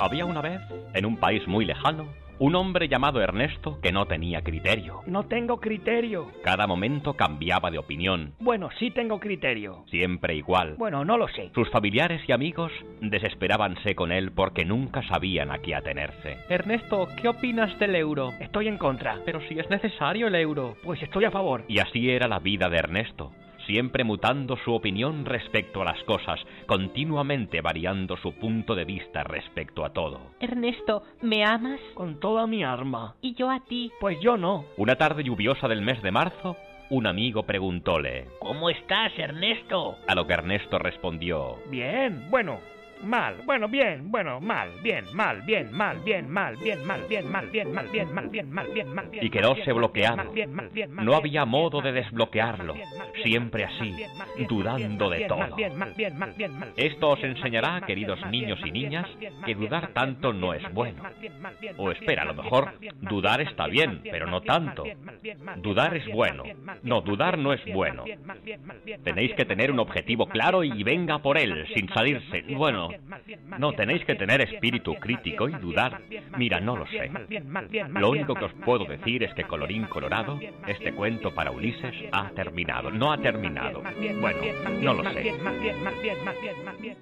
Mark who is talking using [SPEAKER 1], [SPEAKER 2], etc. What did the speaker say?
[SPEAKER 1] Había una vez, en un país muy lejano, un hombre llamado Ernesto que no tenía criterio.
[SPEAKER 2] No tengo criterio.
[SPEAKER 1] Cada momento cambiaba de opinión,
[SPEAKER 2] Bueno, sí tengo criterio.
[SPEAKER 1] siempre igual.
[SPEAKER 2] Bueno, no lo sé.
[SPEAKER 1] Sus familiares y amigos desesperábanse con él porque nunca sabían a qué atenerse.
[SPEAKER 3] Ernesto, ¿qué opinas del euro?
[SPEAKER 2] Estoy en contra.
[SPEAKER 3] Pero si es necesario el euro.
[SPEAKER 2] Pues estoy a favor.
[SPEAKER 1] Y así era la vida de Ernesto, siempre mutando su opinión respecto a las cosas, continuamente variando su punto de vista respecto a todo.
[SPEAKER 4] Ernesto, ¿me amas?
[SPEAKER 2] Con toda mi arma.
[SPEAKER 4] Y yo a ti.
[SPEAKER 2] Pues yo no.
[SPEAKER 1] Una tarde lluviosa del mes de marzo, un amigo preguntóle,
[SPEAKER 2] ¿Cómo estás, Ernesto?
[SPEAKER 1] a lo que Ernesto respondió,
[SPEAKER 2] Bien, bueno, mal, bueno, bien, bueno, mal, bien, mal, bien, mal, bien, mal, bien, mal, bien, mal, bien, mal, bien, mal, bien, mal, bien, mal, bien.
[SPEAKER 1] Y quedóse
[SPEAKER 2] mal, bien,
[SPEAKER 1] bloqueado.
[SPEAKER 2] mal, bien, mal, bien, mal,
[SPEAKER 1] No
[SPEAKER 2] bien,
[SPEAKER 1] había
[SPEAKER 2] mal,
[SPEAKER 1] modo
[SPEAKER 2] bien,
[SPEAKER 1] de
[SPEAKER 2] mal,
[SPEAKER 1] desbloquearlo,
[SPEAKER 2] bien, mal, bien,
[SPEAKER 1] siempre
[SPEAKER 2] mal, bien,
[SPEAKER 1] así,
[SPEAKER 2] mal, bien, mal,
[SPEAKER 1] dudando
[SPEAKER 2] bien,
[SPEAKER 1] de
[SPEAKER 2] mal,
[SPEAKER 1] todo.
[SPEAKER 2] bien, mal, bien, mal, bien, mal,
[SPEAKER 1] Esto os
[SPEAKER 2] bien, mal,
[SPEAKER 1] enseñará,
[SPEAKER 2] bien, mal,
[SPEAKER 1] queridos
[SPEAKER 2] bien, mal,
[SPEAKER 1] niños y
[SPEAKER 2] bien, mal, bien,
[SPEAKER 1] niñas,
[SPEAKER 2] mal, bien, mal,
[SPEAKER 1] que
[SPEAKER 2] bien,
[SPEAKER 1] dudar
[SPEAKER 2] mal,
[SPEAKER 1] tanto
[SPEAKER 2] bien,
[SPEAKER 1] no
[SPEAKER 2] mal,
[SPEAKER 1] es
[SPEAKER 2] bien,
[SPEAKER 1] bueno.
[SPEAKER 2] mal, bien, mal, bien,
[SPEAKER 1] O
[SPEAKER 2] mal,
[SPEAKER 1] espera, a lo
[SPEAKER 2] bien, mal,
[SPEAKER 1] mejor
[SPEAKER 2] bien, mal, bien, mal,
[SPEAKER 1] dudar
[SPEAKER 2] bien,
[SPEAKER 1] está
[SPEAKER 2] mal,
[SPEAKER 1] bien,
[SPEAKER 2] mal, bien,
[SPEAKER 1] pero
[SPEAKER 2] mal,
[SPEAKER 1] no
[SPEAKER 2] bien, mal,
[SPEAKER 1] tanto.
[SPEAKER 2] bien, mal, bien, mal,
[SPEAKER 1] Dudar
[SPEAKER 2] bien,
[SPEAKER 1] es
[SPEAKER 2] mal,
[SPEAKER 1] bueno.
[SPEAKER 2] bien, mal,
[SPEAKER 1] No,
[SPEAKER 2] bien, mal,
[SPEAKER 1] dudar
[SPEAKER 2] bien,
[SPEAKER 1] no
[SPEAKER 2] mal,
[SPEAKER 1] es
[SPEAKER 2] bien,
[SPEAKER 1] bueno.
[SPEAKER 2] mal, bien, mal, bien, mal, bien, mal,
[SPEAKER 1] Tenéis
[SPEAKER 2] bien,
[SPEAKER 1] que
[SPEAKER 2] mal,
[SPEAKER 1] tener un
[SPEAKER 2] bien,
[SPEAKER 1] objetivo
[SPEAKER 2] mal,
[SPEAKER 1] claro
[SPEAKER 2] bien,
[SPEAKER 1] y
[SPEAKER 2] mal,
[SPEAKER 1] venga
[SPEAKER 2] bien,
[SPEAKER 1] por
[SPEAKER 2] mal,
[SPEAKER 1] él,
[SPEAKER 2] bien,
[SPEAKER 1] sin
[SPEAKER 2] mal,
[SPEAKER 1] salirse.
[SPEAKER 2] bien, mal,
[SPEAKER 1] Bueno,
[SPEAKER 2] bien, mal, bien, mal,
[SPEAKER 1] no,
[SPEAKER 2] bien,
[SPEAKER 1] tenéis
[SPEAKER 2] mal,
[SPEAKER 1] que
[SPEAKER 2] bien,
[SPEAKER 1] tener
[SPEAKER 2] mal, bien,
[SPEAKER 1] espíritu
[SPEAKER 2] mal, bien,
[SPEAKER 1] crítico y
[SPEAKER 2] mal, bien,
[SPEAKER 1] dudar.
[SPEAKER 2] mal, bien, mal,
[SPEAKER 1] Mira,
[SPEAKER 2] bien,
[SPEAKER 1] no
[SPEAKER 2] mal,
[SPEAKER 1] lo
[SPEAKER 2] bien,
[SPEAKER 1] sé.
[SPEAKER 2] mal, bien, mal, bien, mal,
[SPEAKER 1] Lo
[SPEAKER 2] bien,
[SPEAKER 1] único que
[SPEAKER 2] mal,
[SPEAKER 1] os
[SPEAKER 2] mal,
[SPEAKER 1] puedo
[SPEAKER 2] bien, mal,
[SPEAKER 1] decir es que
[SPEAKER 2] bien, mal,
[SPEAKER 1] Colorín
[SPEAKER 2] bien,
[SPEAKER 1] Colorado,
[SPEAKER 2] mal, bien, mal,
[SPEAKER 1] este
[SPEAKER 2] bien,
[SPEAKER 1] cuento
[SPEAKER 2] mal,
[SPEAKER 1] para
[SPEAKER 2] bien,
[SPEAKER 1] Ulises
[SPEAKER 2] mal, bien,
[SPEAKER 1] ha
[SPEAKER 2] mal, bien,
[SPEAKER 1] terminado.
[SPEAKER 2] mal,
[SPEAKER 1] No ha
[SPEAKER 2] bien, mal,
[SPEAKER 1] terminado.
[SPEAKER 2] bien, mal, bien,
[SPEAKER 1] Bueno,
[SPEAKER 2] mal, bien,
[SPEAKER 1] no
[SPEAKER 2] mal,
[SPEAKER 1] lo sé.
[SPEAKER 2] bien, mal, bien, mal, bien, mal, bien, mal, bien, mal, bien.